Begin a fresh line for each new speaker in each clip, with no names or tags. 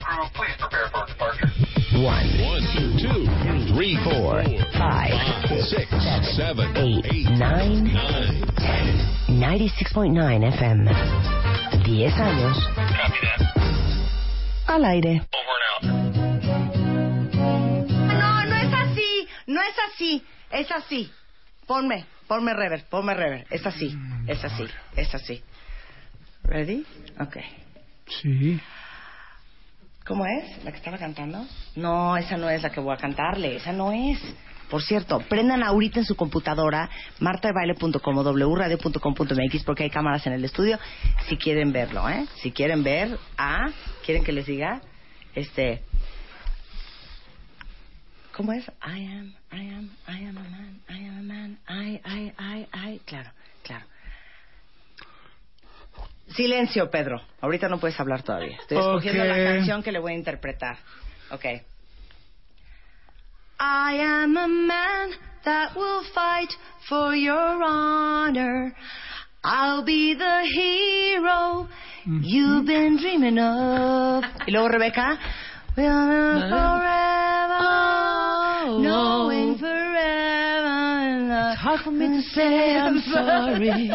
crew, please prepare for departure.
One,
One, two, three,
four, five,
six, seven,
eight, nine,
nine.
96.9 FM. 10 años
Copy that.
al aire.
Over and out.
No, no es así, no es así, es así. Ponme, ponme rever, ponme rever. Es así, es así, es así. ¿Ready? Ok.
Sí.
¿Cómo es? ¿La que estaba cantando? No, esa no es la que voy a cantarle, esa no es. Por cierto, prendan ahorita en su computadora martadebaile.com o wradio.com.mx porque hay cámaras en el estudio si quieren verlo, ¿eh? Si quieren ver a... ¿Quieren que les diga? Este... ¿Cómo es? I am, I am, I am a man, I am a man, I, I, I, I... Claro, claro. Silencio, Pedro. Ahorita no puedes hablar todavía. Estoy escogiendo
Ok.
la canción que le voy a interpretar. Ok. I am a man that will fight for your honor. I'll be the hero you've been dreaming of. Y luego Rebeca. We'll know forever, knowing
Oh.
forever. It's hard for me to say I'm sorry.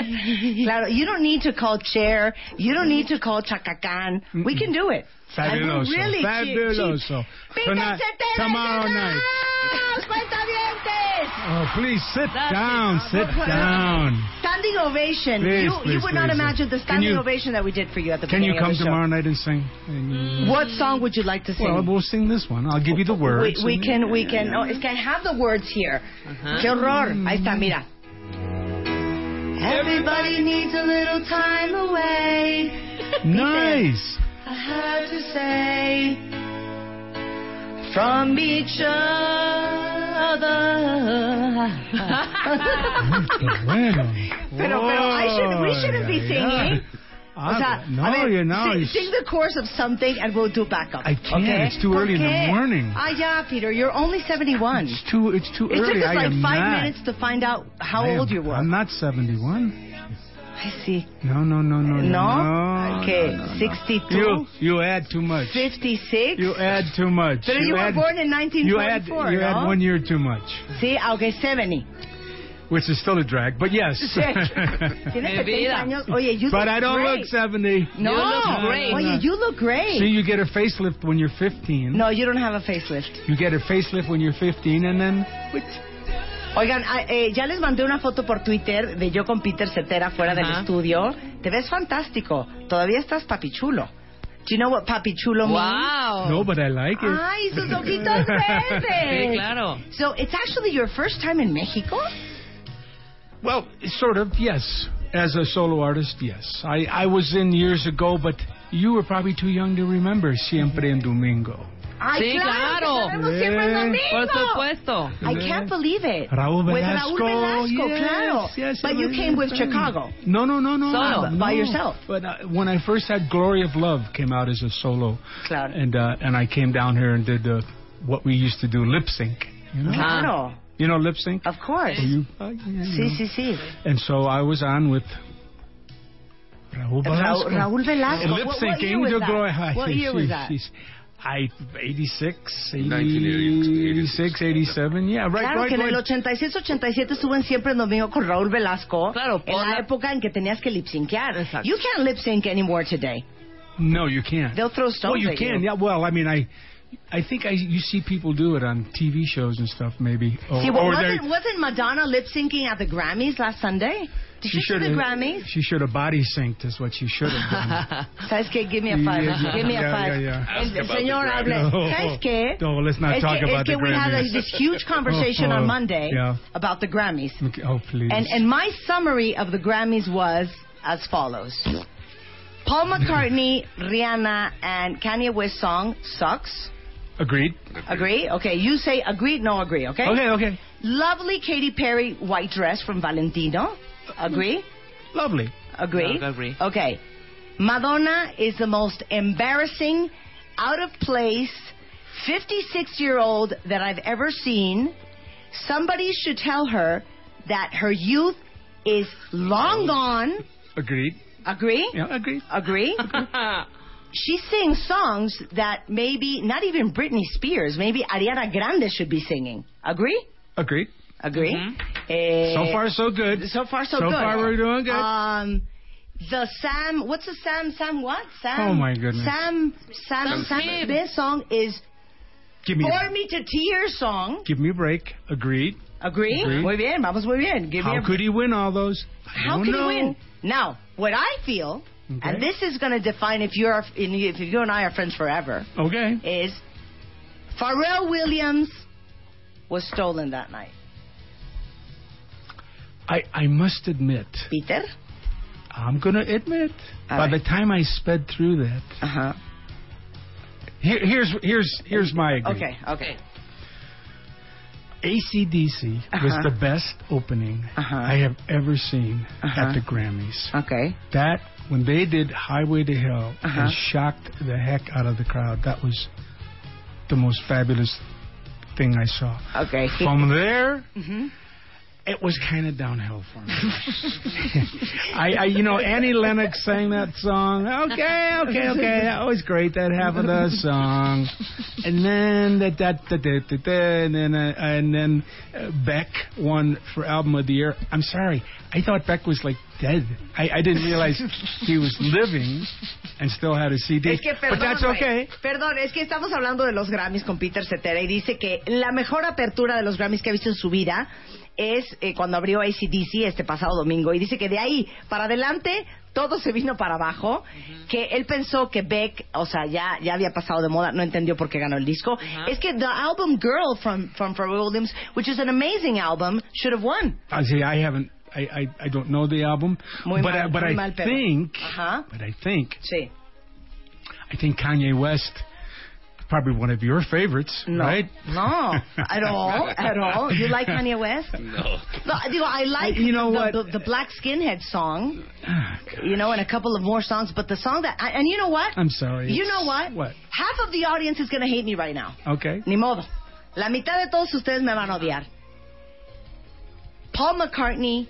claro, you don't need to call Cher. You don't need to call Chakakan. We can do it. And we're
Fabuloso.
really cheap-
fabuloso.
cheap.
Tonight- tomorrow night.
¡Cuentavientes!
Oh, please sit
That's
down.
it.
Sit down.
Standing ovation.
Please,
you, you
please,
would not
please.
imagine the
Can
standing
you-
ovation that we did for you at the
Can you
beginning
come
of the show.
tomorrow night and sing? And you-
What song would you like to sing?
Well, we'll sing this one. I'll give you the words.
We, we
and-
can, we can. Oh, es que I have the words here.
Uh-huh.
Qué horror. Ahí está, mira. Everybody needs a little time away.
Nice.
I had to say from each other.
Qué bueno.
Pero, pero, I should, we shouldn't be
Ay,
singing.
ay.
O sea,
Ah, no,
a ver,
you know.
sing,
you-
sing the chorus of something and we'll do backup.
I can't.
okay?
It's too early in the
¿Por qué?
morning.
Ah, yeah, Peter, you're only 71.
It's too. It's too
it
early.
took us
I
like
am
five
not.
minutes to find out how
I am-
old you were.
I'm not 71.
I see.
No, no, no, no.
No?
no,
Okay,
no, no, no.
62?
You you add too much.
56?
You add too much.
Pero you were
add-
born in
You add
1944,
you add
no?
one year too much,
Sí, aunque 70.
which is still a drag. But yes.
Tienes
Mi
70
vida.
años. Oye, you look
but I don't
great.
look 70.
No.
You look great.
Oye, you look great.
See, you get a facelift when you're 15.
No, you don't have a facelift.
You get a facelift when you're 15, and then
Oigan, ah, eh, ya les mandé una foto por Twitter de yo con Peter Cetera fuera del
Ajá.
estudio. Te ves fantástico. Todavía estás papichulo. Do you know what papichulo means?
Wow.
no, but I like it.
Ay, sus ojitos verdes.
Sí, claro.
So it's actually your first time in Mexico.
Well, sort of, yes. As a solo artist, yes. I, I was in years ago, but you were probably too young to remember Siempre en Domingo.
Ay,
Sí, claro.
que sabemos siempre
Bien.
es domingo.
Por supuesto.
I can't believe it.
Raúl
With Raúl
Velasco,
Velasco,
yes,
claro.
yes,
but you
yes,
came with
yes.
Chicago.
No, no, no, no.
Solo,
no.
by yourself.
But uh, when I first had Glory of Love came out as a solo,
Claro.
and uh, and I came down here and did uh, what we used to do, lip sync. You know,
Claro.
you know lip sync.
Ah.
Of course.
You- uh, yeah, you
Sí,
know.
sí, sí.
And so I was on with
Raúl,
Raúl Velasco.
Raúl Velasco.
lip
What- what year
syncing
was
to
that?
Glory High.
What year was that?
I 86,
1986,
86, 87. Yeah, right,
Claro
right,
que en el
right.
86-87 estuve en Siempre en Domingo con Raúl Velasco.
Claro,
En la
por-
época en que tenías que lip-synquear.
Exacto.
You can't lip-sync anymore today.
No, you can't.
They'll throw stones
Well, you
at
can.
you.
Yeah. Well, I mean, I, I think I you see people do it on TV shows and stuff, maybe. Or,
See, well,
or
wasn't,
they-
wasn't Madonna lip-syncing at the Grammys last Sunday? Did you see
should
the
have-
Grammys?
She should have body synked, is what she should have done.
¿Sabes qué? Give me a five.
Yeah, yeah,
Give me a
yeah,
five.
yeah, yeah.
El, el
about
señor
the
hable.
Grammys. No.
¿Sabes qué?
Oh. No, let's not
es
talk
que, es
about the
que we had
Grammys.
a- this huge conversation
Oh,
on Monday
yeah.
about the Grammys.
Okay, oh, please.
And, and my summary of the Grammys was as follows Paul McCartney, Rihanna, and Kanye West song sucks.
Agreed.
Agree? Okay, you say agree, no agree, okay?
Okay. Okay.
Lovely Katy Perry white dress from Valentino. Agree?
Lovely.
Agree?
No, agree.
Okay. Madonna is the most embarrassing, out of place, 56 year old that I've ever seen. Somebody should tell her that her youth is long gone.
Agreed.
Agree?
Yeah. Agreed.
Agree? she sings songs that maybe not even Britney Spears, maybe Ariana Grande should be singing. Agree?
Agreed.
Agree?
Mhm.
Eh,
So far, so good.
So far, so,
So
good.
far, we're doing good.
Um, the Sam, what's the Sam? Sam what? Sam.
Oh, my goodness.
Sam, Sam, Sam,
Sam
Sam
Smith.
Smith song is
give me,
"Bore Me to Tears" song.
give me a break. Agreed.
Agree?
Agree.
Muy bien, vamos muy bien. Give me
How
a
could he win all those? I
How
don't
can
know.
you win? Now, what I feel,
Okay.
and this is going to define if you're if you and I are friends forever,
Okay.
is Pharrell Williams was stolen that night.
I, I must admit,
Peter.
I'm going to admit,
All
by
right.
the time I sped through that,
Uh huh.
here, here's, here's, here's my agreement.
Okay. Okay.
ACDC was
Uh-huh.
the best opening
Uh-huh.
I have ever seen
Uh-huh.
at the Grammys.
Okay.
That, when they did Highway to Hell,
Uh-huh.
and shocked the heck out of the crowd. That was the most fabulous thing I saw.
Okay.
From there, it was kind of downhill for me. I, I, you know, Annie Lennox sang that song. Okay, okay, okay. That was great. That half of the song, and then that that that that, that, that and then uh, and then uh, Beck won for album of the year. I'm sorry, I thought Beck was like dead. I, I didn't realize he was living and still had a CD.
Es que
but
perdón,
that's
güey.
okay.
Perdón, es que estamos hablando de los Grammys con Peter Cetera y dice que la mejor apertura de los Grammys que ha visto en su vida es eh, cuando abrió ACDC este pasado domingo y dice que de ahí para adelante todo se vino para abajo, que él pensó que Beck, o sea, ya, ya había pasado de moda, no entendió por qué ganó el disco. Es que the album Girl from, from Pharrell Williams, which is an amazing album, should have won.
I see. I haven't. I, I, I don't know the album,
Muy
but
mal,
I, but
muy
I
mal, pero-
think
Ajá.
but I think
Sí.
I think Kanye West probably one of your favorites,
No.
right?
No. At all. At all. You like Kanye West?
No.
No, I do- I like
You know
the,
what?
The, the Black Skinhead song,
Ah, God.
you know, and a couple of more songs. But the song that, I, and you know what?
I'm sorry.
You
It's-
know what?
What?
Half of the audience is going to hate me right now.
Okay.
Ni modo. La mitad de todos ustedes me van a odiar. Paul McCartney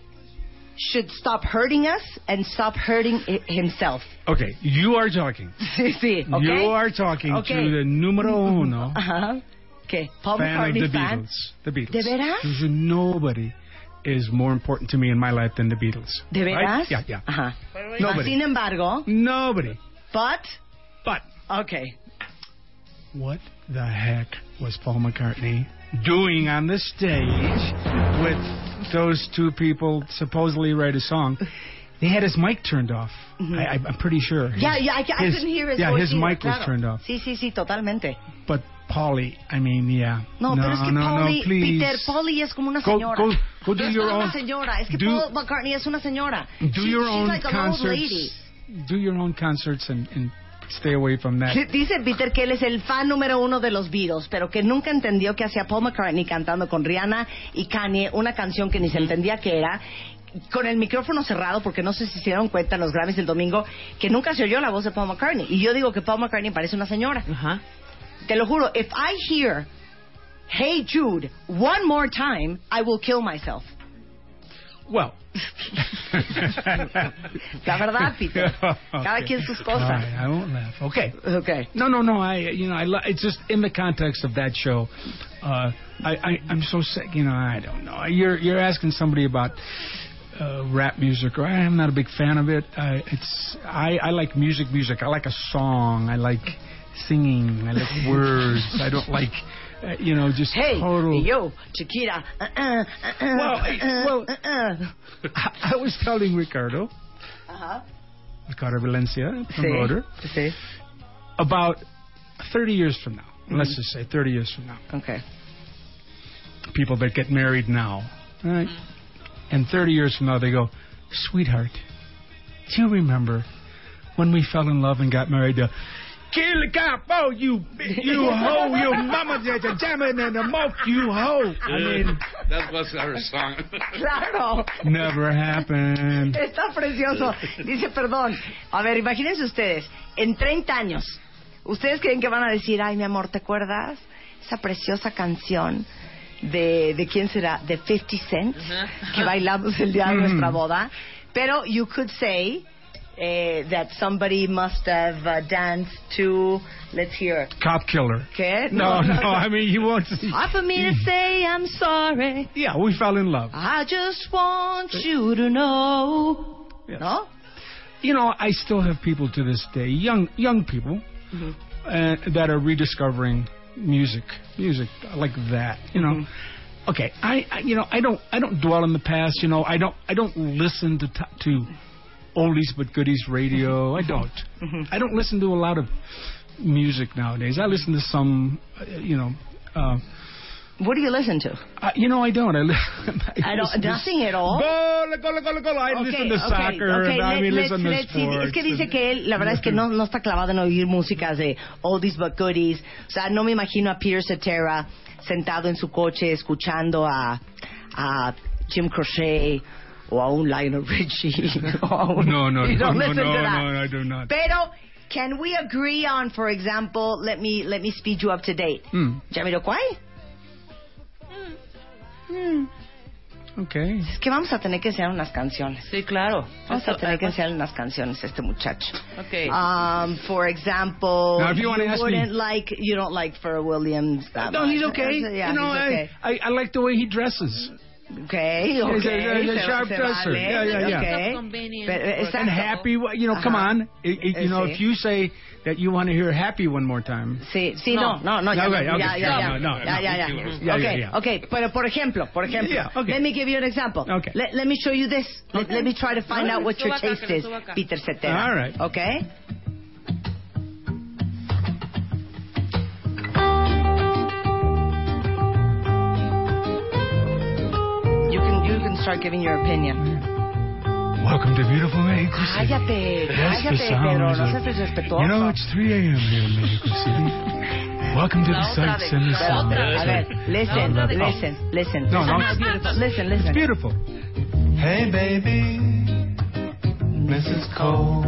should stop hurting us and stop hurting i- himself.
Okay. You are talking.
Sí, sí, okay?
You are talking
Okay.
to the numero uno
Ajá. ¿Qué? Paul
fan of
McCartney
the
fan.
Beatles. The Beatles.
¿De veras?
There's nobody is more important to me in my life than the Beatles.
¿De
Right?
veras?
Yeah, yeah.
Ajá.
Nobody.
Sin embargo,
Nobody.
but,
But
okay.
What the heck was Paul McCartney doing on the stage with those two people supposedly write a song? They had his mic turned off. I, I, I'm pretty sure.
Mm-hmm. Yeah,
His-
yeah, I, I
his-
couldn't hear his
Yeah,
voice
his
either,
mic was
claro.
turned off.
Sí, sí, sí, totalmente.
But Paulie, I mean, yeah.
No, pero es que
no, no,
Polly,
please.
Peter, Polly es como una
Go-
señora.
go- go do
es
your
como
own-
una señora. Es que
do-
Paul McCartney es una señora.
do
She-
your
she's
own
like an old
concerts.
lady.
Do your own concerts and, and stay away from that.
Sí, Dice Peter que él es el fan número uno de los Beatles, pero que nunca entendió que hacía Paul McCartney cantando con Rihanna y Kanye una canción que ni se entendía que era, con el micrófono cerrado, porque no sé si se dieron cuenta en los Grammys del domingo, que nunca se oyó la voz de Paul McCartney. Y yo digo que Paul McCartney parece una señora.
Ajá.
Te lo juro, if I hear Hey Jude one more time, I will kill myself.
Well.
La verdad, Peter. Cada quien sus
All
cosas.
right, I won't laugh. Okay.
Okay.
No, no, no. I, you know, I. Lo- it's just in the context of that show. Uh, I, I, I'm so sick. You know, I don't know. You're, you're asking somebody about uh, rap music, or I'm not a big fan of it. I, it's, I, I like music, music. I like a song. I like singing. I like words. I don't like, uh, you know, just
Hey,
total.
yo, Chiquita. Uh, uh, uh, uh,
Well, I-
uh,
well-
uh, uh.
I, I was telling Ricardo,
Ajá.
Ricardo Valencia,
Sí,
promoter,
sí.
about 30 years from now. Let's just say 30 years from now.
Okay.
people that get married now, right? And 30 years from now, they go, sweetheart, do you remember when we fell in love and got married to Kill the cop, oh, you, you hoe, you mama, you jamming and the moke, you hoe. I mean,
that was our song.
Claro.
never happened.
Está precioso. Dice, perdón. A ver, imagínense ustedes, en 30 años, ¿ustedes creen que van a decir, ay, mi amor, ¿te acuerdas? Esa preciosa canción de, de quién será? De
Mm.
50 Cent, que bailamos el día de nuestra boda. Pero you could say, eh, that somebody must have uh, danced to. Let's hear.
Cop killer.
¿Qué?
No, no, I mean, you won't see.
Hard for me to say I'm sorry.
Yeah, we fell in love.
I just want you to know.
Yes.
No?
You know, I still have people to this day, young young people,
Mm-hmm.
uh, that are rediscovering music, music like that. You know,
Mm-hmm.
okay, I, I you know I don't I don't dwell in the past. You know, I don't I don't listen to t- to oldies but goodies radio.
Mm-hmm.
I don't. I don't listen to a lot of music nowadays. I listen to some, uh, you know. Uh,
What do you listen to?
I, you know, I don't. I, li-
I don't,
listen to
nothing at all.
Go, go, go, go. I listen to
Ok, ok,
soccer.
ok,
and I
let-
mean,
let's-
listen to
let's see.
sports.
Es que dice que él, la verdad es que no, no está clavado en oír músicas de oldies but goodies. O sea, no me imagino a Peter Cetera sentado en su coche escuchando a, a Jim Crochet o a un Lionel Richie. o a un-
No, no,
you
no,
don't
no,
listen
no,
to that.
no, I do not.
Pero, can we agree on, for example, let me, let me speed you up to date?
Mm.
Jamiroquai.
Okay.
Es que vamos a tener que enseñar unas canciones.
Sí, claro.
Vamos a
Eso-
tener que
ah,
enseñar unas canciones a este muchacho.
Okay.
Um, for example,
Now, if you wanna ask me-
wouldn't like you don't like Pharrell Williams Ah, that
No,
much.
he's okay.
Yeah,
you know,
he's okay.
I, I I like the way he dresses.
okay,
a-
okay.
he's a
se-
sharp
se
dresser.
vale,
Yeah, yeah, yeah.
okay.
Convenient.
Pero, eh,
Exacto.
And happy, wa- you know, come
Uh-huh.
on. It- it- you know,
Sí.
if you say that you want to hear happy one more time.
Sí, sí, no, no, no, ya,
Okay,
ya, ya,
okay.
ya,
No, no, no,
ya,
no.
ya, ya.
Killers.
Yeah, yeah,
Okay,
yeah.
okay, pero por ejemplo, por ejemplo,
Yeah, okay.
let me give you an example.
Okay.
Let, let me show you this. Let, let me try to find
No,
out what your
suba acá,
taste
que lo
is,
suba acá.
Peter Cetera.
All right.
Okay. You can you can start giving your
Mm,
opinion.
Welcome to beautiful Mexico
Ah,
City.
Cállate,
That's the
cállate,
sound
Pedro,
of-
no seas desrespetuoso.
You know, it's 3 a.m. here in Mexico City. Welcome to the
La otra
sights
de-
and the
la
sound.
otra de-
A ver, listen,
No, no, no.
listen, listen.
No, no.
It's beautiful. Listen, listen.
Beautiful.
Hey baby, Mrs. Cole,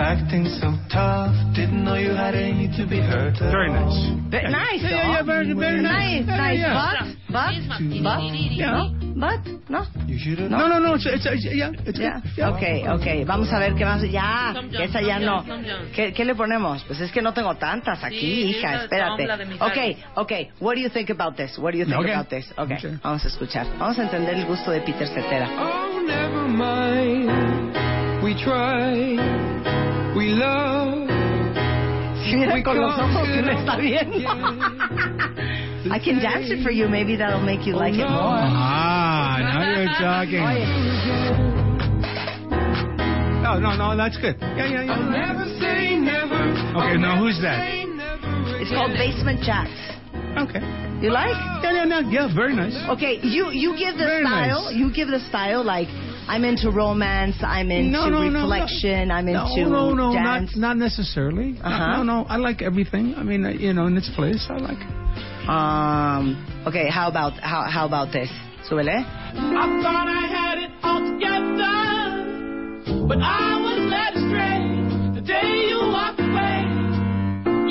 acting so tough, didn't know you had any to be hurt at
Very
all.
nice.
Ve- Nice,
Yeah, yeah,
¿no?
yeah, very, very
Nice,
nice. Yeah,
nice.
yeah.
But, but, but,
Yeah.
but, no.
You should have
No, no, no. It's, it's, it's yeah, it's
Ya,
good.
okay, okay, vamos a ver qué más. Ya,
Tom Jones,
esa
Tom
ya no.
Jones, Tom Jones.
¿Qué, qué le ponemos? Pues es que no tengo tantas aquí,
Sí,
hija,
esa
espérate.
Tom, la de mis
Okay, okay, what do you think about this? What do you think
Okay.
about this? Okay,
Okay.
vamos a escuchar. Vamos a entender el gusto de Peter Cetera.
Oh, never mind. We tried, we loved.
Si mira con los ojos que me está viendo. I can dance it for you, maybe that'll make you
Oh,
like it more.
Ah, now you're talking.
Oye,
No, Oh, no, no, that's good. Yeah, yeah, yeah.
Never say never.
Okay, now who's that?
Say never
it's called Basement Jacks.
Okay.
You like?
Yeah, yeah, no, yeah, very nice.
Okay, you you give the
Very
style.
nice.
You give the style like I'm into romance. I'm into
No, no, no,
reflection.
no.
I'm
No,
into
no, no,
dance.
not not necessarily.
Uh-huh.
No, no, I like everything. I mean, uh, you know, in its place, I like. it.
Um. Okay. How about how how about this? Súbele.
I thought I had it all together, but I was led astray the day you walked away.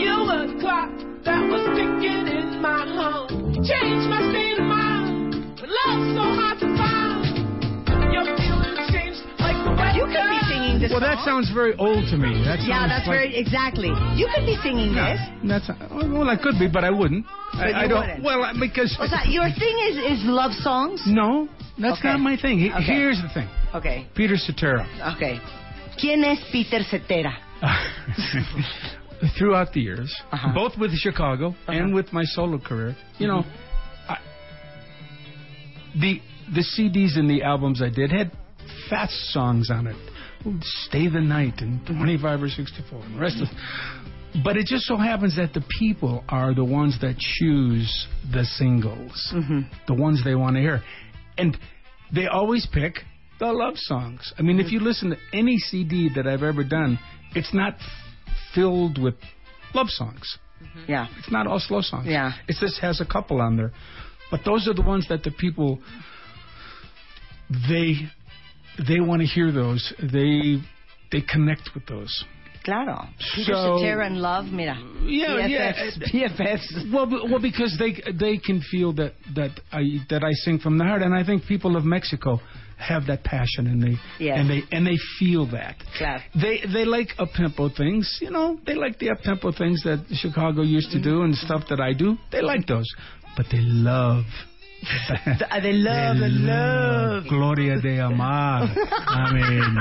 You were the clock that was ticking in my home. Changed my state of mind. When love's so hard to find, your feelings changed like the weather.
You could be singing this.
Well, that
song.
sounds very old to me. That
Yeah,
sounds
that's
like,
very exactly. You could be singing this.
That's uh, well, I could be, but I wouldn't. I,
But
I
you
don't.
wouldn't.
Well, I- because
O sea, your thing is is love songs.
no, that's
Okay.
not my thing. He-
Okay.
Here's the thing,
Okay.
Peter Cetera.
Okay. ¿Quién es Peter Cetera?
throughout the years,
Uh-huh.
both with Chicago and with my solo career, you know, I, the the CDs and the albums I did had fast songs on it. Stay the night and 25 or 64 and the rest of but it just so happens that the people are the ones that choose the singles, the ones they want to hear. And they always pick the love songs. I mean, if you listen to any CD that I've ever done, it's not f- filled with love songs.
Yeah.
It's not all slow songs.
Yeah.
It just has a couple on there. But those are the ones that the people they they want to hear those. They they connect with those.
Claro. Peter
So-
Cetera and love. Mira.
Yeah,
PFFs.
yeah. PFFs. Well, b- well, because they they can feel that that I that I sing from the heart, and I think people of Mexico have that passion in me,
Yes.
and they and they feel that.
Claro.
They they like up tempo things, you know. They like the up tempo things that Chicago used to do and stuff that I do. They like those, but they love.
They love, they love.
Gloria de Amar. I mean,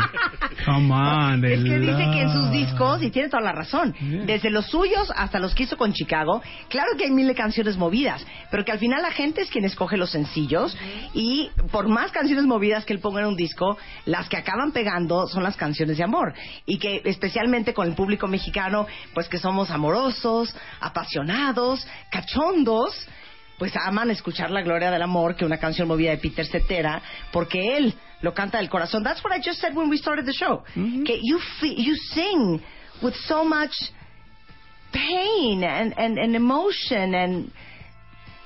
come on, they
Es que
love.
dice que en sus discos, y tiene toda la razón, desde los suyos hasta los que hizo con Chicago, claro que hay miles de canciones movidas, pero que al final la gente es quien escoge los sencillos y por más canciones movidas que él ponga en un disco, las que acaban pegando son las canciones de amor. Y que especialmente con el público mexicano, pues que somos amorosos, apasionados, cachondos, pues aman escuchar La Gloria del Amor, que una canción movida de Peter Cetera, porque él lo canta del corazón. That's what I just said when we started the show. Que you, fe- you sing with so much pain and, and, and emotion and...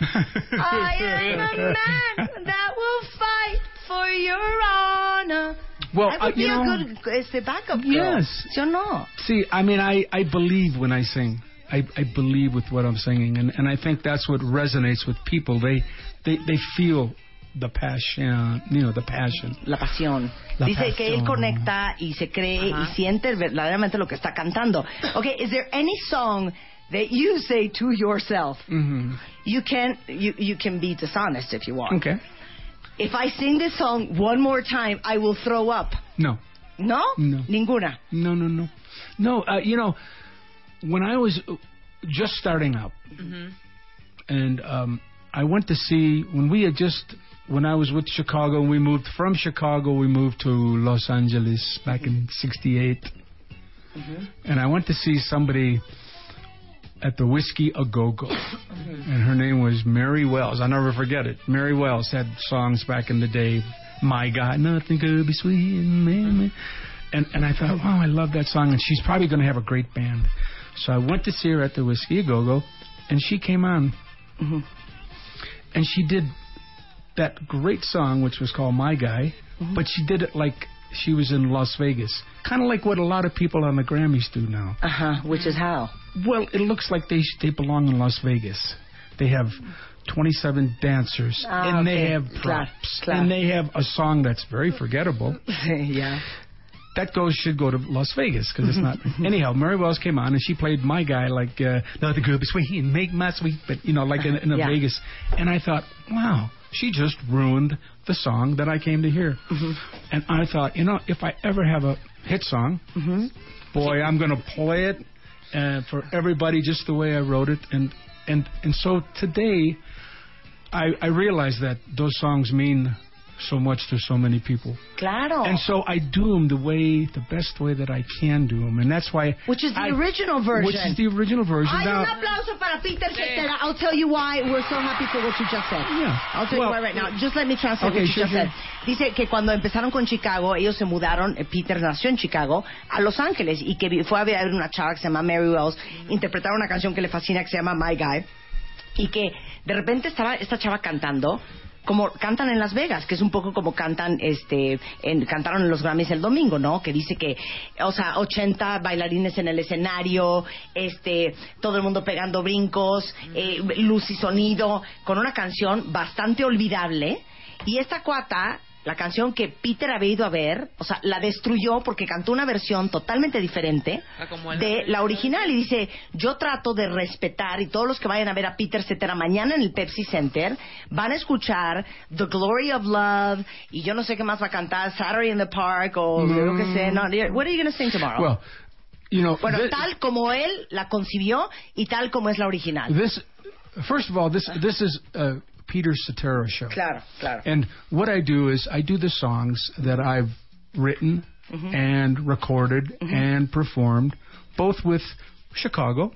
I am a man that will fight for your honor.
Well,
I
uh,
would
you
be a
know-
good este, backup girl.
Yes.
¿Sí o no?
See, I mean, I, I believe when I sing. I, I believe with what I'm singing, and, and I think that's what resonates with people. They, they they feel the passion, you know, the passion.
La pasión.
La
Dice que él
pasión.
conecta y se cree y siente verdaderamente lo que está cantando. Okay, is there any song that you say to yourself?
hmm
You can you you can be dishonest if you want.
Okay.
If I sing this song one more time, I will throw up.
No,
¿No?
No.
Ninguna.
no, no, no, no. Uh, you know, when I was uh, just starting out, and um, I went to see when we had just when I was with Chicago, we moved from Chicago, we moved to Los Angeles back in '68, and I went to see somebody at the Whiskey A Go Go, and her name was Mary Wells. I'll never forget it. Mary Wells had songs back in the day. My God, nothing could be sweet, man. And and I thought, wow, I love that song, and she's probably going to have a great band. So I went to see her at the Whiskey A Go Go, and she came on,
Mm-hmm.
and she did that great song, which was called My Guy,
Mm-hmm.
but she did it like she was in Las Vegas, kind of like what a lot of people on the Grammys do now.
Ajá, which is how.
Well, it looks like they they belong in Las Vegas. They have 27 dancers,
Ah,
and
okay.
they have
Claro,
props,
claro.
and they have a song that's very forgettable.
yeah.
That goes should go to Las Vegas because it's not. Anyhow, Mary Wells came on and she played my guy like uh, "Now the group is sweet and make my sweet, but you know, like in, in a
Yeah.
Vegas. And I thought, wow, she just ruined the song that I came to hear. And I thought, you know, if I ever have a hit song, boy, I'm going to play it uh, for everybody just the way I wrote it. And and and so today, I I realize that those songs mean so much to so many people.
Claro.
And so I do them the way, the best way that I can do them, and that's why.
Which is the
I-
original version.
Which is the original version.
Ay, un
Now-
aplauso para Peter Cetera. I'll tell you why we're so happy for what you just said.
Yeah.
I'll tell
Well,
you why right now. Just let me translate
Okay,
what you
sure,
just
sure.
said. Dice que cuando empezaron con Chicago, ellos se mudaron, eh, Peter nació en Chicago, a Los Ángeles, y que vi- fue a ver una chava que se llama Mary Wells, interpretaron una canción que le fascina que se llama My Guy, y que de repente estaba esta chava cantando como cantan en Las Vegas, que es un poco como cantan, este, en- cantaron en los Grammys el domingo, ¿no? Que dice que, o sea, 80 bailarines en el escenario, este, todo el mundo pegando brincos, eh, luz y sonido, con una canción bastante olvidable. Y esta cuata, la canción que Peter había ido a ver, o sea, la destruyó porque cantó una versión totalmente diferente
Ah, como él.
de la original. Y dice, yo trato de respetar y todos los que vayan a ver a Peter Cetera mañana en el Pepsi Center van a escuchar The Glory of Love y yo no sé qué más va a cantar, Saturday in the Park o yo qué sé. No, what are you going to sing tomorrow?
Mm. well, you know.
bueno,
thi-
tal como él la concibió y tal como es la original.
this, first of all, this this is uh, Peter Cetera show.
Claro, claro.
And what I do is I do the songs that I've written
Mm-hmm.
and recorded and performed, both with Chicago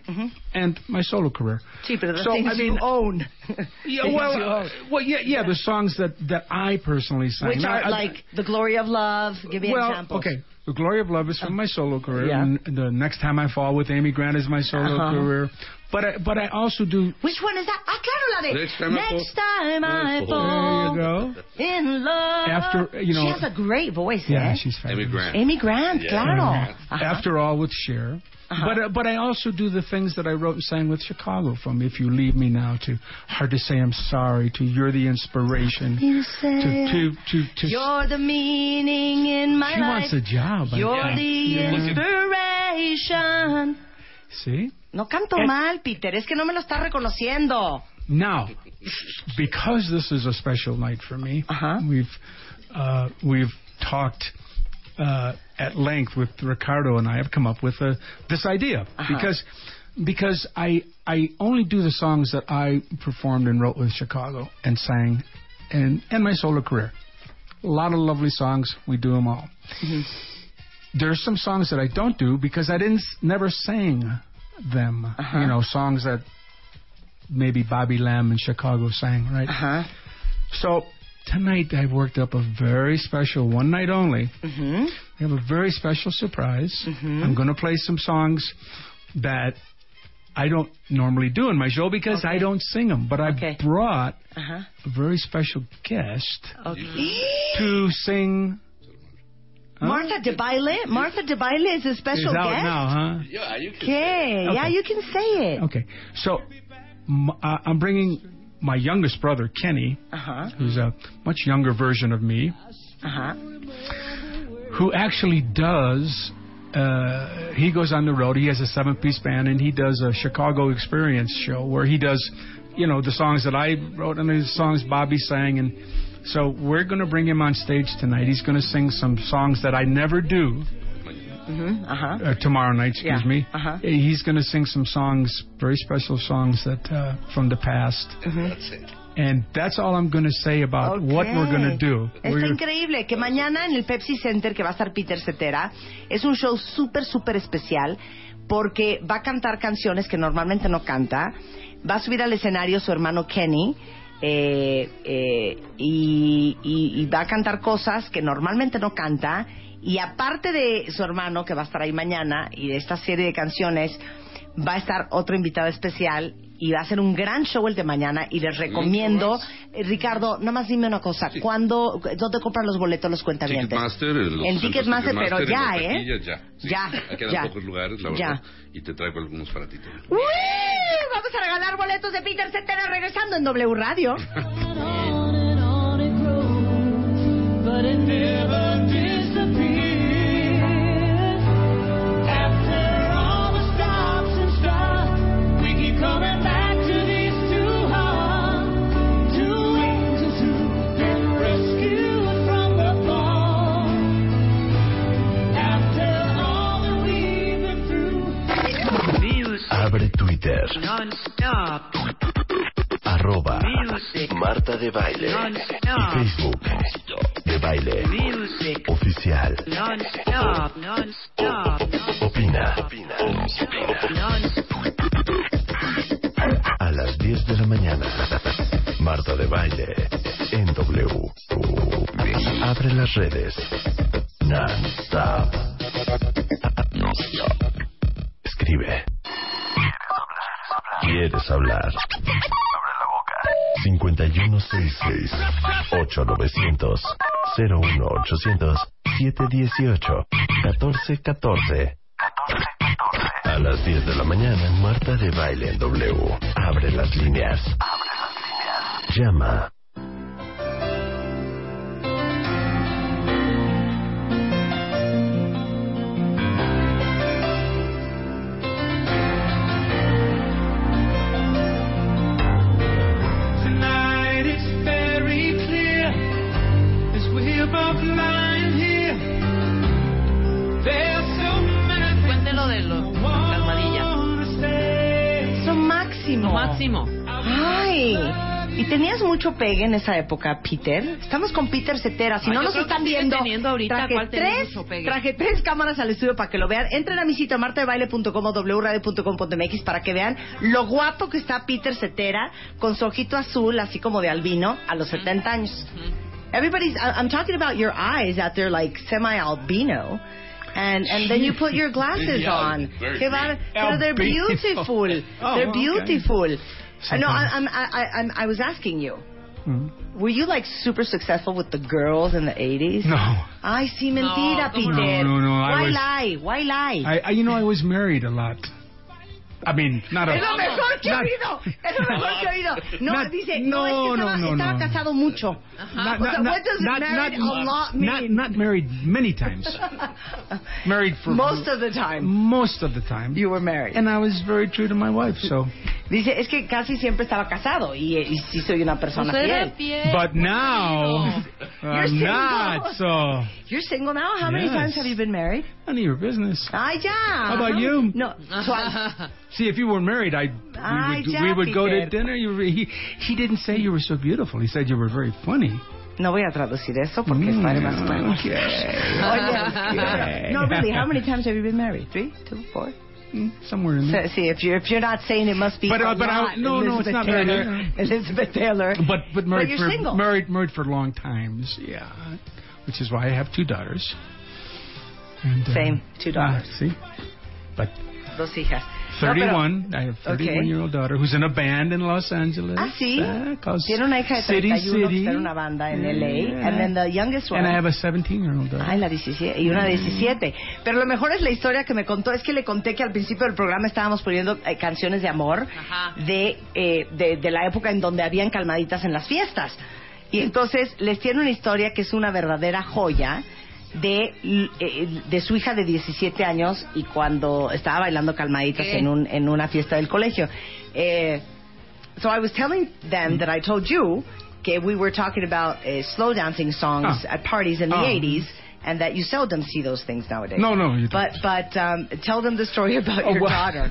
and my solo career.
Sí, pero the
So,
Mm-hmm. things
I mean-
you own.
Yeah, well,
Things you
uh,
own.
well, yeah, yeah, the songs that that I personally sang.
Which
Now,
are
I-
like The Glory of Love. Give me
well,
examples. Uh,
okay. The Glory of Love is from my solo career.
yeah.
And the next time I fall with Amy Grant is my solo
Uh-huh.
career. But I, but I also do.
Which one is that? Ah, claro, la de
Next time I fall-
Next time I
I
There you
fall
go.
in love.
After, you know-
she has a great voice,
Yeah,
eh?
she's fabulous.
Amy Grant.
Amy Grant,
Yeah.
claro. Ajá.
After all, with Cher.
Uh-huh.
But uh, but I also do the things that I wrote and sang with Chicago, from If You Leave Me Now to Hard to Say I'm Sorry to You're the Inspiration
You
to
say
to to, to
you're the meaning in my
She
life.
wants a job. I
You're
think.
the inspiration.
See
No canto
Eh.
mal, Peter. Es que no me lo está reconociendo.
now, because this is a special night for me,
Uh-huh.
we've uh, we've talked. Uh, at length with Ricardo and I have come up with uh this idea because because I I only do the songs that I performed and wrote with Chicago and sang and and my solo career. A lot of lovely songs. We do them all. There's some songs that I don't do because I didn't s- never sang them.
Uh-huh.
You know, songs that maybe Bobby Lamb in Chicago sang, right?
Ajá.
So tonight I worked up a very special one night only. Mm-hmm. We have a very special surprise.
Mm-hmm.
I'm going to play some songs that I don't normally do in my show because I don't sing them. But I
Okay.
brought
Ajá.
a very special guest
Okay.
to sing. Huh?
Martha de Baile. Martha de Baile is a
Is
special
out
guest.
now, huh?
Yeah, you can.
Okay. Yeah,
Okay.
you can say it.
Okay. So m- I- I'm bringing my youngest brother Kenny,
Ajá.
who's a much younger version of me.
Ajá.
who actually does. Uh, he goes on the road. He has a seven-piece band, and he does a Chicago Experience show where he does, you know, the songs that I wrote and the songs Bobby sang. And so we're going to bring him on stage tonight. He's going to sing some songs that I never do
Ajá.
uh, tomorrow night. Excuse
Yeah,
me. Uh,
uh-huh.
He's going to sing some songs, very special songs that uh, from the past.
Mm-hmm.
That's it.
And that's all I'm going to say about what we're going to
Ok.
do. We're
Está
gonna-
increíble que mañana en el Pepsi Center que va a estar Peter Cetera es un show súper, súper especial porque va a cantar canciones que normalmente no canta. Va a subir al escenario su hermano Kenny eh, eh, y, y- y va a cantar cosas que normalmente no canta. Y aparte de su hermano que va a estar ahí mañana y de esta serie de canciones, va a estar otro invitado especial y va a ser un gran show el de mañana y les recomiendo eh, Ricardo nada más dime una cosa ¿cuándo dónde compran los boletos los cuentavientes?
Ticketmaster, los
en
centros
Ticketmaster pero
Ticketmaster,
ya
en la taquilla,
eh
Ya, Sí,
ya
Hay quedan
ya.
pocos lugares, la
Ya.
verdad. Y te traigo algunos para ti también.
¡Uy! vamos a regalar boletos de Peter Cetera regresando en W Radio
Abre Twitter. Arroba Marta de Baile. Y Facebook de Baile Oficial. Opina. A las 10 de la mañana. Marta de Baile en W. Abre las redes. Non-stop. Escribe. ¿Quieres hablar? Abre la boca. 5166 8900 01800 718 1414 A las 10 de la mañana, Marta de Baile en W. Abre las líneas. Llama.
Tonight it's very clear as we're both lying here. There's so many things
Cuéntelo de los
I
calmadilla.
wanna say.
eso máximo
Lo máximo.
ay y tenías mucho pegue en esa época Peter estamos con Peter Cetera si
Ay,
no
yo
nos
creo que
están
sigue
viendo
teniendo ahorita,
traje
¿cuál tenía
tres
mucho pegue?
traje tres cámaras al estudio para que lo vean entren a mi sitio martadebaile.com o wradio.com.mx para que vean lo guapo que está Peter Cetera con su ojito azul así como de albino a los 70 años everybody's I- I'm talking about your eyes out there like semi albino and and then you put your glasses
Yeah,
on.
very
Que van-
How
so they're
beautiful.
beautiful.
Oh,
they're
okay.
beautiful. I Uh, No, I,
Sometimes.
I'm, I, I- I'm, I was asking you.
Mm.
Were you like super successful with the girls in the 80s?
No.
Ay, sí, mentira,
No, ¿cómo
no?
Peter.
No, no, no, I
Why
was-
lie? Why lie?
I, I, you know, I was married a lot. I mean, not a
Es lo mejor que he
not-
oído. Es lo mejor que he oído. No,
Not-
dice, no,
no,
es que estaba,
no, no,
estaba
no.
casado mucho.
Not,
O sea, what does married a lot
not-
mean?
not married many times. married for
Most of the time
most of the time.
you were married.
and I was very true to my wife, so.
Dice, es que casi siempre estaba casado y, y sí soy una persona
Pues era
fiel.
fiel.
but now,
You're
I'm
single.
not, so.
You're single now? How many
Yes.
times have you been married?
None of your business.
Ay, ya.
How about you?
No, twice.
See, if you were married, I
Ay,
we would,
ya,
we would go to
Peter.
dinner. You were, he he didn't say you were so beautiful. He said you were very funny.
No voy a traducir eso porque es para más bueno.
Mm, okay.
Oye, no, really, how many times have you been married? Three, two, four? Hmm.
Mm, somewhere in
So,
there.
see, if you're if you're not saying it must be
But,
a
uh, but I-
lot.
no, no, it's
Elizabeth
not married,
Taylor,
no.
Elizabeth Taylor.
But but married
you're
for
single.
married married for long times. Yeah, which is why I have two daughters. And, uh,
Same, two daughters.
ah, see, but
Dos hijas. No, pero-
thirty-one. I have thirty-one
Okay.
year old daughter who's in a band in Los Angeles.
Ah, sí.
Ah, called
Tiene una hija de
City
31 que
City.
está en una banda en
Yeah.
LA. And then the youngest one.
And I have a seventeen-year-old daughter.
Ay, la 17 y una
Mm.
17. Pero lo mejor es la historia que me contó. Es que le conté que al principio del programa estábamos poniendo eh, canciones de amor
Ajá.
de, eh, de, de la época en donde habían calmaditas en las fiestas. Y entonces les tiene una historia que es una verdadera joya de, l- eh, de su hija de 17 años y cuando estaba bailando calmaditas
¿Qué?
en, un, en una fiesta del colegio. Eh, so I was telling
Mm.
them that I told you que we were talking about eh, slow dancing songs
Ah.
at parties in the
Ah.
80s and that you seldom see those things nowadays.
No, no, you don't.
But, but um, tell them the story about
Oh,
your
well-
daughter.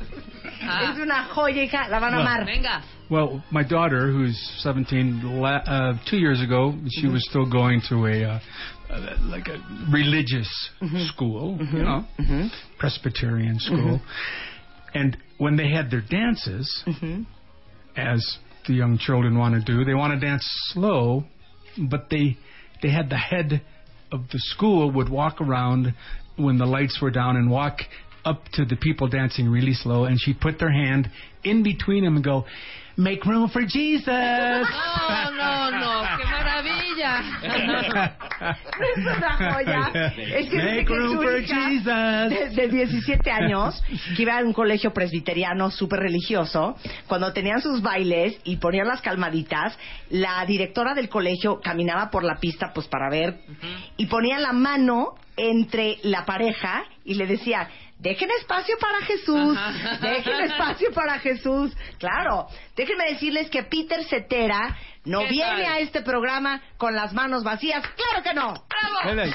Ah.
Es una joya, hija, la van a
Well,
amar.
Venga.
Well, my daughter, who's 17, la- uh, two years ago, she was still going to a uh, uh, like a religious school, you know, Presbyterian school, and when they had their dances, as the young children want to do, they want to dance slow, but they they had the head of the school would walk around when the lights were down and walk up to the people dancing really slow, and she put their hand in between them and go, "Make room for Jesus."
Oh,
No, no, no. Qué maravilla.
Es una joya. Es que dice
Make
que
room
su
for
hija
Jesus.
de, de 17 años, que iba a un colegio presbiteriano súper religioso, cuando tenían sus bailes y ponían las calmaditas, la directora del colegio caminaba por la pista pues para ver y ponía la mano entre la pareja y le decía... Dejen espacio para Jesús,
Ajá.
dejen espacio para Jesús. Claro, déjenme decirles que Peter Cetera no
¿Qué
viene
tal?
a este programa con las manos vacías. ¡Claro que no!
Bravo.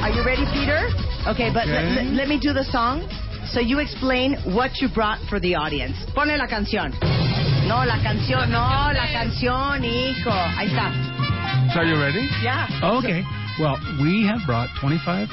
Are you ready, Peter? Okay, but let, let- let me do the song. So you explain what you brought for the audience. Pone la canción. No, la canción, no, la canción, hijo. Ahí está.
So are you ready?
Yeah.
Okay. Well, we have brought 25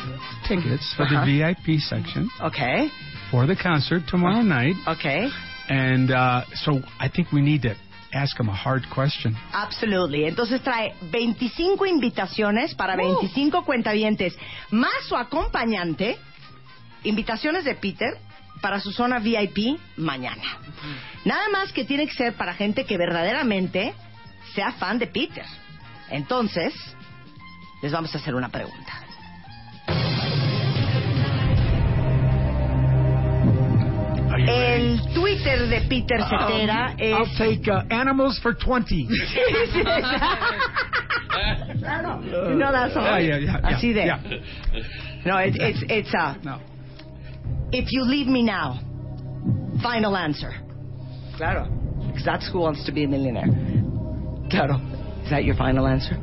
tickets for
Uh-huh.
the VIP section
Okay,
for the concert tomorrow night.
okay.
And uh, so I think we need to ask him a hard question.
Absolutely. Entonces trae 25 invitaciones para 25 cuentavientes, más su acompañante, invitaciones de Peter para su zona VIP mañana. Nada más que tiene que ser para gente que verdaderamente sea fan de Peter. Entonces, les vamos a hacer una pregunta.
Are you ready?
El Twitter de Peter Cetera
Um,
es...
I'll take uh, animals for 20.
Claro, no that's all.
Ah, yeah, yeah, yeah,
Así de...
yeah.
No, it- it's, it's a...
No.
If you leave me now, final answer. Claro. Because that's who wants to be a millionaire. Claro. Is that your final answer?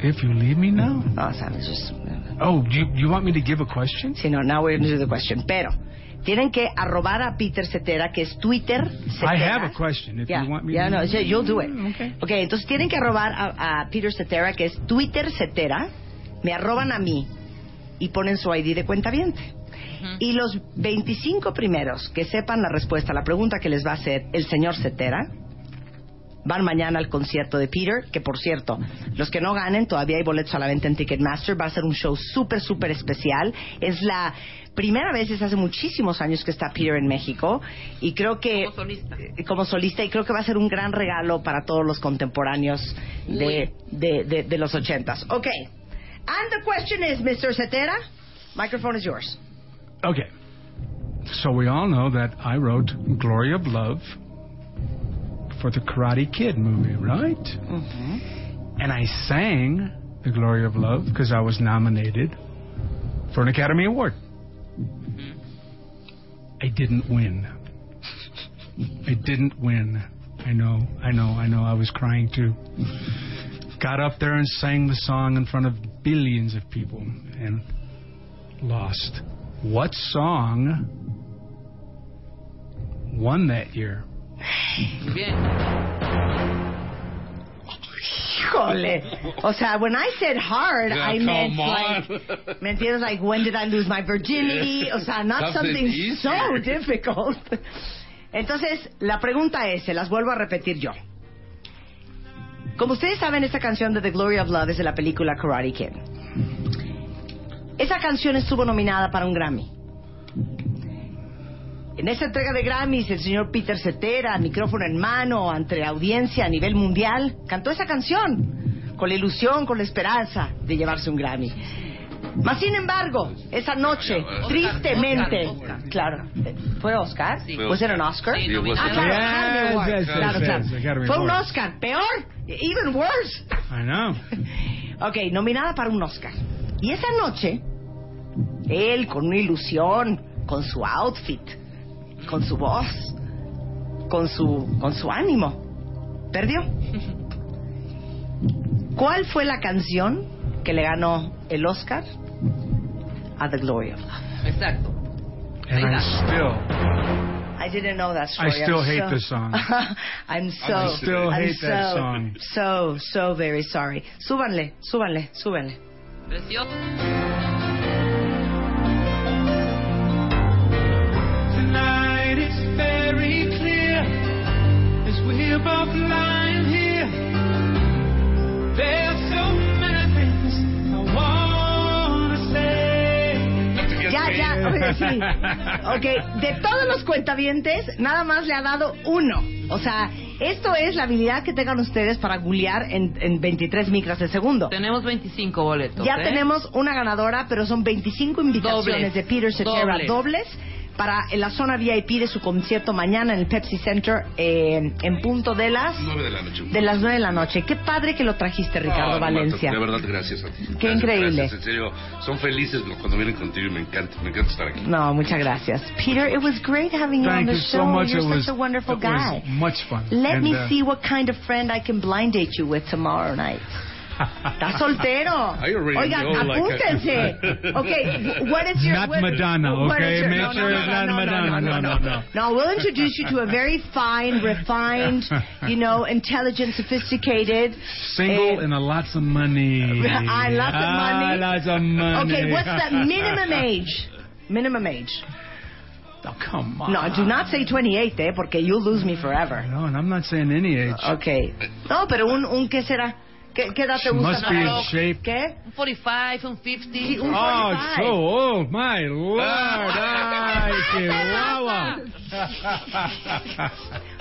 If you leave me now.
No, Sam, it's just...
Oh, you, you want me to give a question?
Sí, no, now we're into the question. Pero, tienen que arrobar a Peter Cetera, que es Twitter Cetera.
I have a question. If
Yeah,
you want me
yeah,
to. Mm,
no, yeah, you'll do it.
Okay.
Okay, entonces tienen que arrobar a, a Peter Cetera, que es Twitter Cetera, me arroban a mí y ponen su ID de cuenta viente. Y los 25 primeros que sepan la respuesta a la pregunta que les va a hacer el señor Cetera van mañana al concierto de Peter, que por cierto, los que no ganen, todavía hay boletos a la venta en Ticketmaster, va a ser un show súper, súper especial. Es la primera vez desde hace muchísimos años que está Peter en México y creo que
Como solista.
eh, como solista, y creo que va a ser un gran regalo para todos los contemporáneos de, de, de- de los ochentas. Ok. And the question is, Mr. Cetera, microphone is yours.
Okay. So we all know that I wrote Glory of Love for the Karate Kid movie, right? And I sang the Glory of Love because I was nominated for an Academy Award. I didn't win. I didn't win. I know, I know, I know. I was crying too. Got up there and sang the song in front of billions of people and lost. What song won that year?
Bien.
Híjole. O sea, when I said hard,
Yeah,
I
come
meant
on.
like, ¿me entiendes? Like, when did I lose my virginity? O sea, not
Something
something
easy.
so difficult. Entonces, la pregunta es, se las vuelvo a repetir yo. Como ustedes saben, esta canción de The Glory of Love es de la película Karate Kid. Esa canción estuvo nominada para un Grammy. En esta entrega de Grammys, el señor Peter Cetera, micrófono en mano, ante la audiencia a nivel mundial, cantó esa canción con la ilusión, con la esperanza de llevarse un Grammy. Mas sin embargo, esa noche,
Oscar,
tristemente,
Oscar, Oscar.
claro, ¿fue Oscar?
Sí.
¿Was it an Oscar?
Sí,
It was
nominado.
Ah, claro,
Yes,
Academy Award.
yes, yes,
claro,
yes,
claro.
Academy
Fue un
Award.
Oscar, peor, even worse.
I know.
Ok, nominada para un Oscar. Y esa noche, él con una ilusión, con su outfit, con su voz, con su, con su ánimo, perdió. ¿Cuál fue la canción que le ganó el Oscar a The Glory of Love?
Exacto.
And I still,
I didn't know that story.
I still
I'm
hate
so-
this song.
I'm so.
I still
I'm
hate that
so-
song.
So, so very sorry. Súbanle, súbanle, súbanle.
Precioso.
Tonight it's very clear as we're both lying here. There's so many things I wanna say.
Ya, ya, oye, sí. Ok, de todos los cuentavientes, nada más le ha dado uno. O sea, esto es la habilidad que tengan ustedes para googlear en, en 23 micras de segundo.
Tenemos 25 boletos.
Ya
¿eh?
tenemos una ganadora, pero son 25
Dobles.
invitaciones de Peter Cetera
Dobles.
dobles. para la zona VIP de su concierto mañana en el Pepsi Center eh, en punto de las
Nueve de la noche.
de las 9 de la noche. Qué padre que lo trajiste, Ricardo
No, no,
Valencia.
Marta, De verdad, gracias a ti.
Qué
Gracias,
increíble.
gracias, en serio, son felices cuando vienen contigo y me encanta, me encanta estar aquí.
No, muchas gracias. Peter, it was great having you on
Thank
the
you
show.
so much.
You're
it was
such a wonderful
it
guy.
was much fun.
Let
And,
me
uh,
see what kind of friend I can blind date you with tomorrow night. Está soltero.
I already
Oigan,
know, like,
apúntense.
I-
okay, what is your
Not
what-
Madonna,
what
okay?
is your-
Make
no,
sure
no,
it's
no,
not
no,
Madonna.
No, no, no. No, we'll introduce you to a very fine, refined, you know, intelligent, sophisticated.
Single
eh,
and a lots of money.
I lots of money.
Ah, lots of money.
Okay, what's the minimum age? Minimum age.
Oh, come on.
No, do not say 28, eh, porque you'll lose me forever.
No, and I'm not saying any age.
Okay. No, pero un, un ¿qué será? ¿Qué, qué edad te
She
gusta?
must be in
Navarro?
shape.
¿Qué?
Un 45, un 50.
Sí, un 45.
Oh, it's so old. My lord. Ay, chihuahua.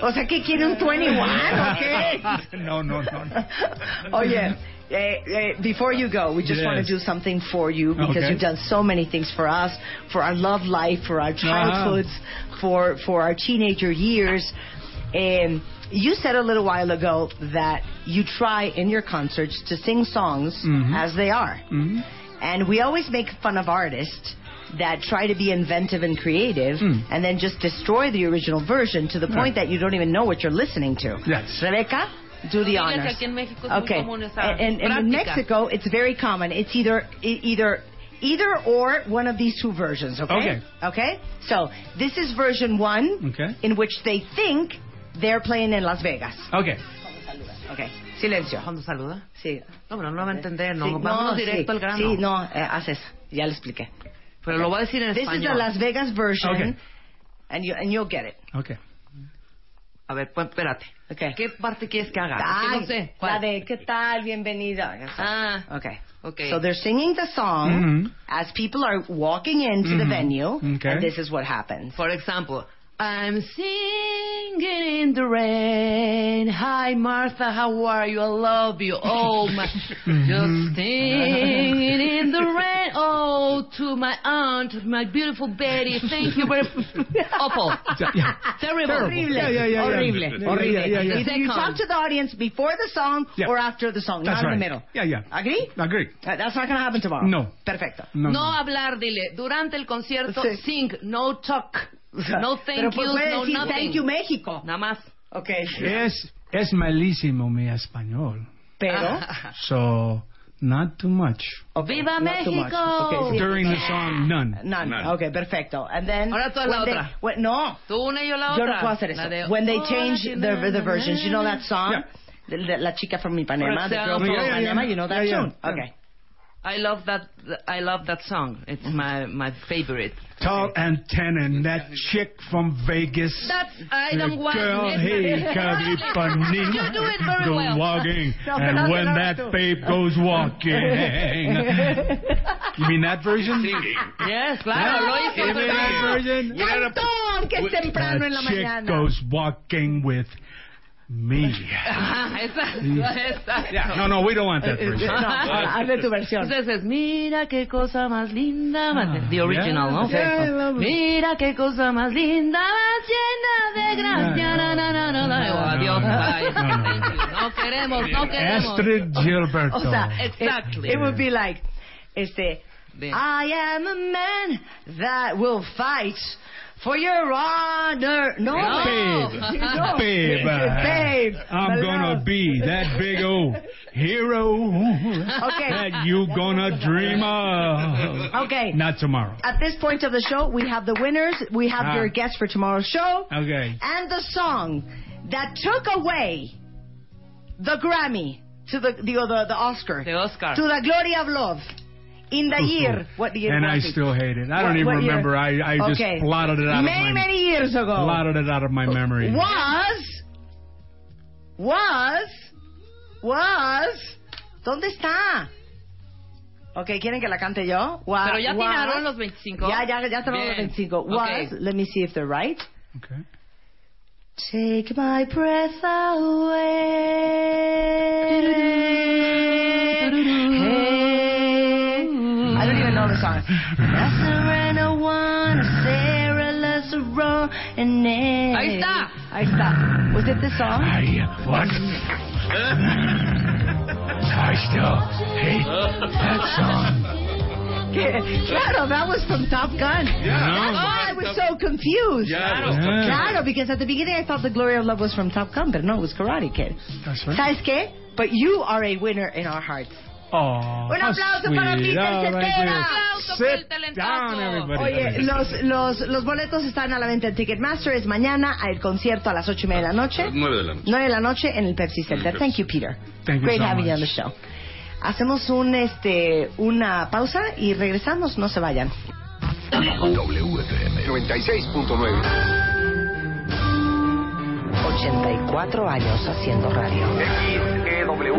O sea, ¿qué quiere un 21 o qué?
no, no, no. no.
Oye, eh, eh, before you go, we just
Yes.
want to do something for you because
Okay.
you've done so many things for us, for our love life, for our childhoods, for for our teenager years. And you said a little while ago that you try in your concerts to sing songs
Mm-hmm.
as they are. And we always make fun of artists that try to be inventive and creative
Hmm.
and then just destroy the original version to the point that you don't even know what you're listening to.
Yes.
Rebecca, do the
Fíjense,
honors.
aquí en México es muy común esa
And, and in
práctica.
Mexico, it's very common. It's either e- either either or one of these two versions. Okay.
Okay.
Okay? So this is version one,
Okay.
in which they think they're playing in Las Vegas.
Okay.
Okay. Silencio.
¿Cuándo saluda?
Sí.
No, pero no va a entender, no.
Sí,
Vámonos
sí,
directo al grano.
Sí, no, eh, haz eso. Ya le expliqué.
Pero lo voy a decir en
This is the
español.
Las Vegas version,
Okay.
and you and you'll get it.
Okay.
A ver, pues, espérate.
Okay.
¿Qué parte quieres que
Ah,
haga? Porque
Ay,
no sé.
la
¿Cuál?
de ¿Qué tal? Bienvenida. Ya sabes.
Ah,
Okay.
Okay.
So they're singing the song
Mhm.
as people are walking into the
Mhm.
venue,
Okay.
and this is what happens.
for example. I'm singing in the rain. Hi, Martha, how are you? I love you. Oh, my. Just singing in the rain. Oh, to my aunt, my beautiful Betty. Thank you very Awful.
Yeah.
Terrible.
Horrible.
Yeah, yeah, yeah, yeah.
Horrible.
Yeah,
Horrible.
yeah, yeah, yeah.
Either you talk to the audience before the song
Yeah.
or after the song,
That's
not in the
right.
middle.
Yeah, yeah.
Agree?
Agree.
Uh, That's not going to happen tomorrow.
No. Mm.
Perfecto.
No.
No hablar, dile. Durante el concierto,
Sí.
sing, no talk, no
Pero
thank
pues
you,
puede
no
decir,
nothing.
thank you, México.
Nada más.
Okay.
Es es malísimo mi español.
Pero...
So not too much
¡Viva
not too much.
México!
Okay, sí.
during the song. None.
None.
None.
Okay, perfecto. And then...
Ahora tú haz la
when they-
otra.
when- no.
Tú una y yo la
Yo
otra.
no puedo hacer
La de-
eso. When they change
Hola,
the, the
na,
versions, you know that song?
Yeah.
The- the- La chica from Ipanema,
For
the girl
example.
from
Yeah,
yeah, yeah.
Ipanema, you know that
Yeah, yeah.
tune. Okay.
I love that. I love that song. It's my my favorite.
Tall and ten and that chick from Vegas.
That's I
The
don't want.
girl,
it.
hey,
You do it very
go
well.
walking,
No,
and
no,
when
no,
that
no.
babe goes walking. you mean that version?
Yes, claro, lo hice.
You mean that
perfecto.
version?
¡Cantón! Que es temprano en la
That chick
mañana.
goes walking with me.
Ajá, esa, esa.
No, no, we don't want that version.
Uh, No, hazle tu versión.
Entonces, mira qué cosa más linda, más the original, ¿no?
yeah, Ah, I love it.
Mira qué cosa más linda, más llena de gracia.
No,
Na, na, na, na, Oh, na.
no,
Adiós,
no,
bye.
no, no, no.
Thank you. No queremos, no queremos.
Astrid Gilberto.
O sea, eh,
Exactly.
It, it would be like, este,
Bien.
I am a man that will fight for your honor. Oh, No,
No.
Babe,
No.
babe,
Babe,
I'm
my
gonna
love.
be that big old hero
Okay.
that you gonna dream of.
Okay.
Not tomorrow.
At this point of the show, we have the winners, we have
Ah.
your guests for tomorrow's show,
Okay.
and the song that took away the Grammy to the the the, the Oscar
The Oscar.
to the glory of love in the year. What the year?
And I
was it?
still hate it.
What-
I don't even
what year?
remember. I, I just
Okay.
blotted it out
many
of my
many years ago.
blotted it out of my memory.
Was was was ¿Dónde está? Ok, ¿quieren que la cante yo? Was,
Pero ya
was-
atinaron los 25.
Ya, ya, ya tenemos los
Bien.
25.
Ok.
Was, let me see if they're right.
Okay.
Take my breath away. I don't even know the song. La Serena One, Sarah La Serena.
Ahí está.
Ahí está. Was it the song?
I, what? I still hate that song.
claro, that was from Top Gun.
Yeah.
That's why I was so confused.
Claro.
Claro, because at the beginning I thought the glory of love was from Top Gun, but no, it was Karate Kid.
That's right.
¿Sabes qué? But you are a winner in our hearts.
Oh,
Un
how
aplauso para
sweet.
Peter
All right,
Cetera. Un
good.
aplauso por el
Sit
talentazo.
down, everybody.
Oye, los, los, los boletos están a la venta en Ticketmaster. Es mañana el concierto a las ocho y media de la noche.
A las nueve de la noche.
9 de la noche en el Pepsi Center. Thank you, Peter.
Thank you
Great
so
having you on
much.
the show. Hacemos un, este, una pausa y regresamos. No se vayan.
WFM 96.9.
84 años haciendo radio.
XEW.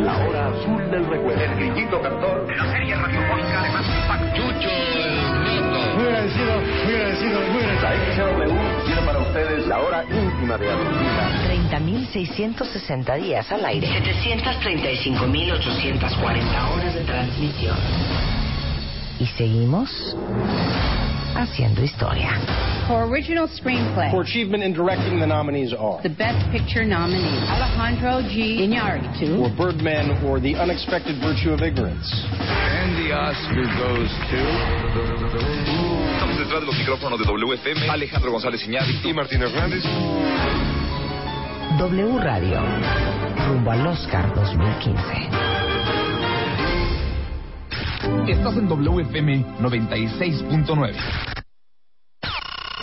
La hora azul del recuerdo. El grillito cantor de la serie radiofónica de más
Chucho el Neto.
La XW tiene para ustedes la hora íntima de Argentina.
30.660 días al aire. 735.840 horas de transmisión. Y seguimos haciendo historia.
For original screenplay. For achievement in directing, the nominees are the Best Picture nominee Alejandro G. Iñárritu,
Estamos detrás de los micrófonos de WFM. Alejandro González Iñárritu y Martín Hernández.
W Radio. Rumbo al Oscar 2015.
Estás en WFM 96.9.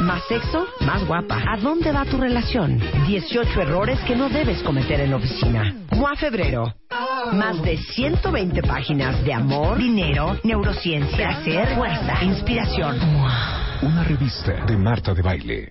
Más sexo, más guapa. ¿A dónde va tu relación? 18 errores que no debes cometer en la oficina. Mua Febrero. Más de 120 páginas de amor, dinero, neurociencia, placer, fuerza, inspiración.
Una revista de Marta de Baile.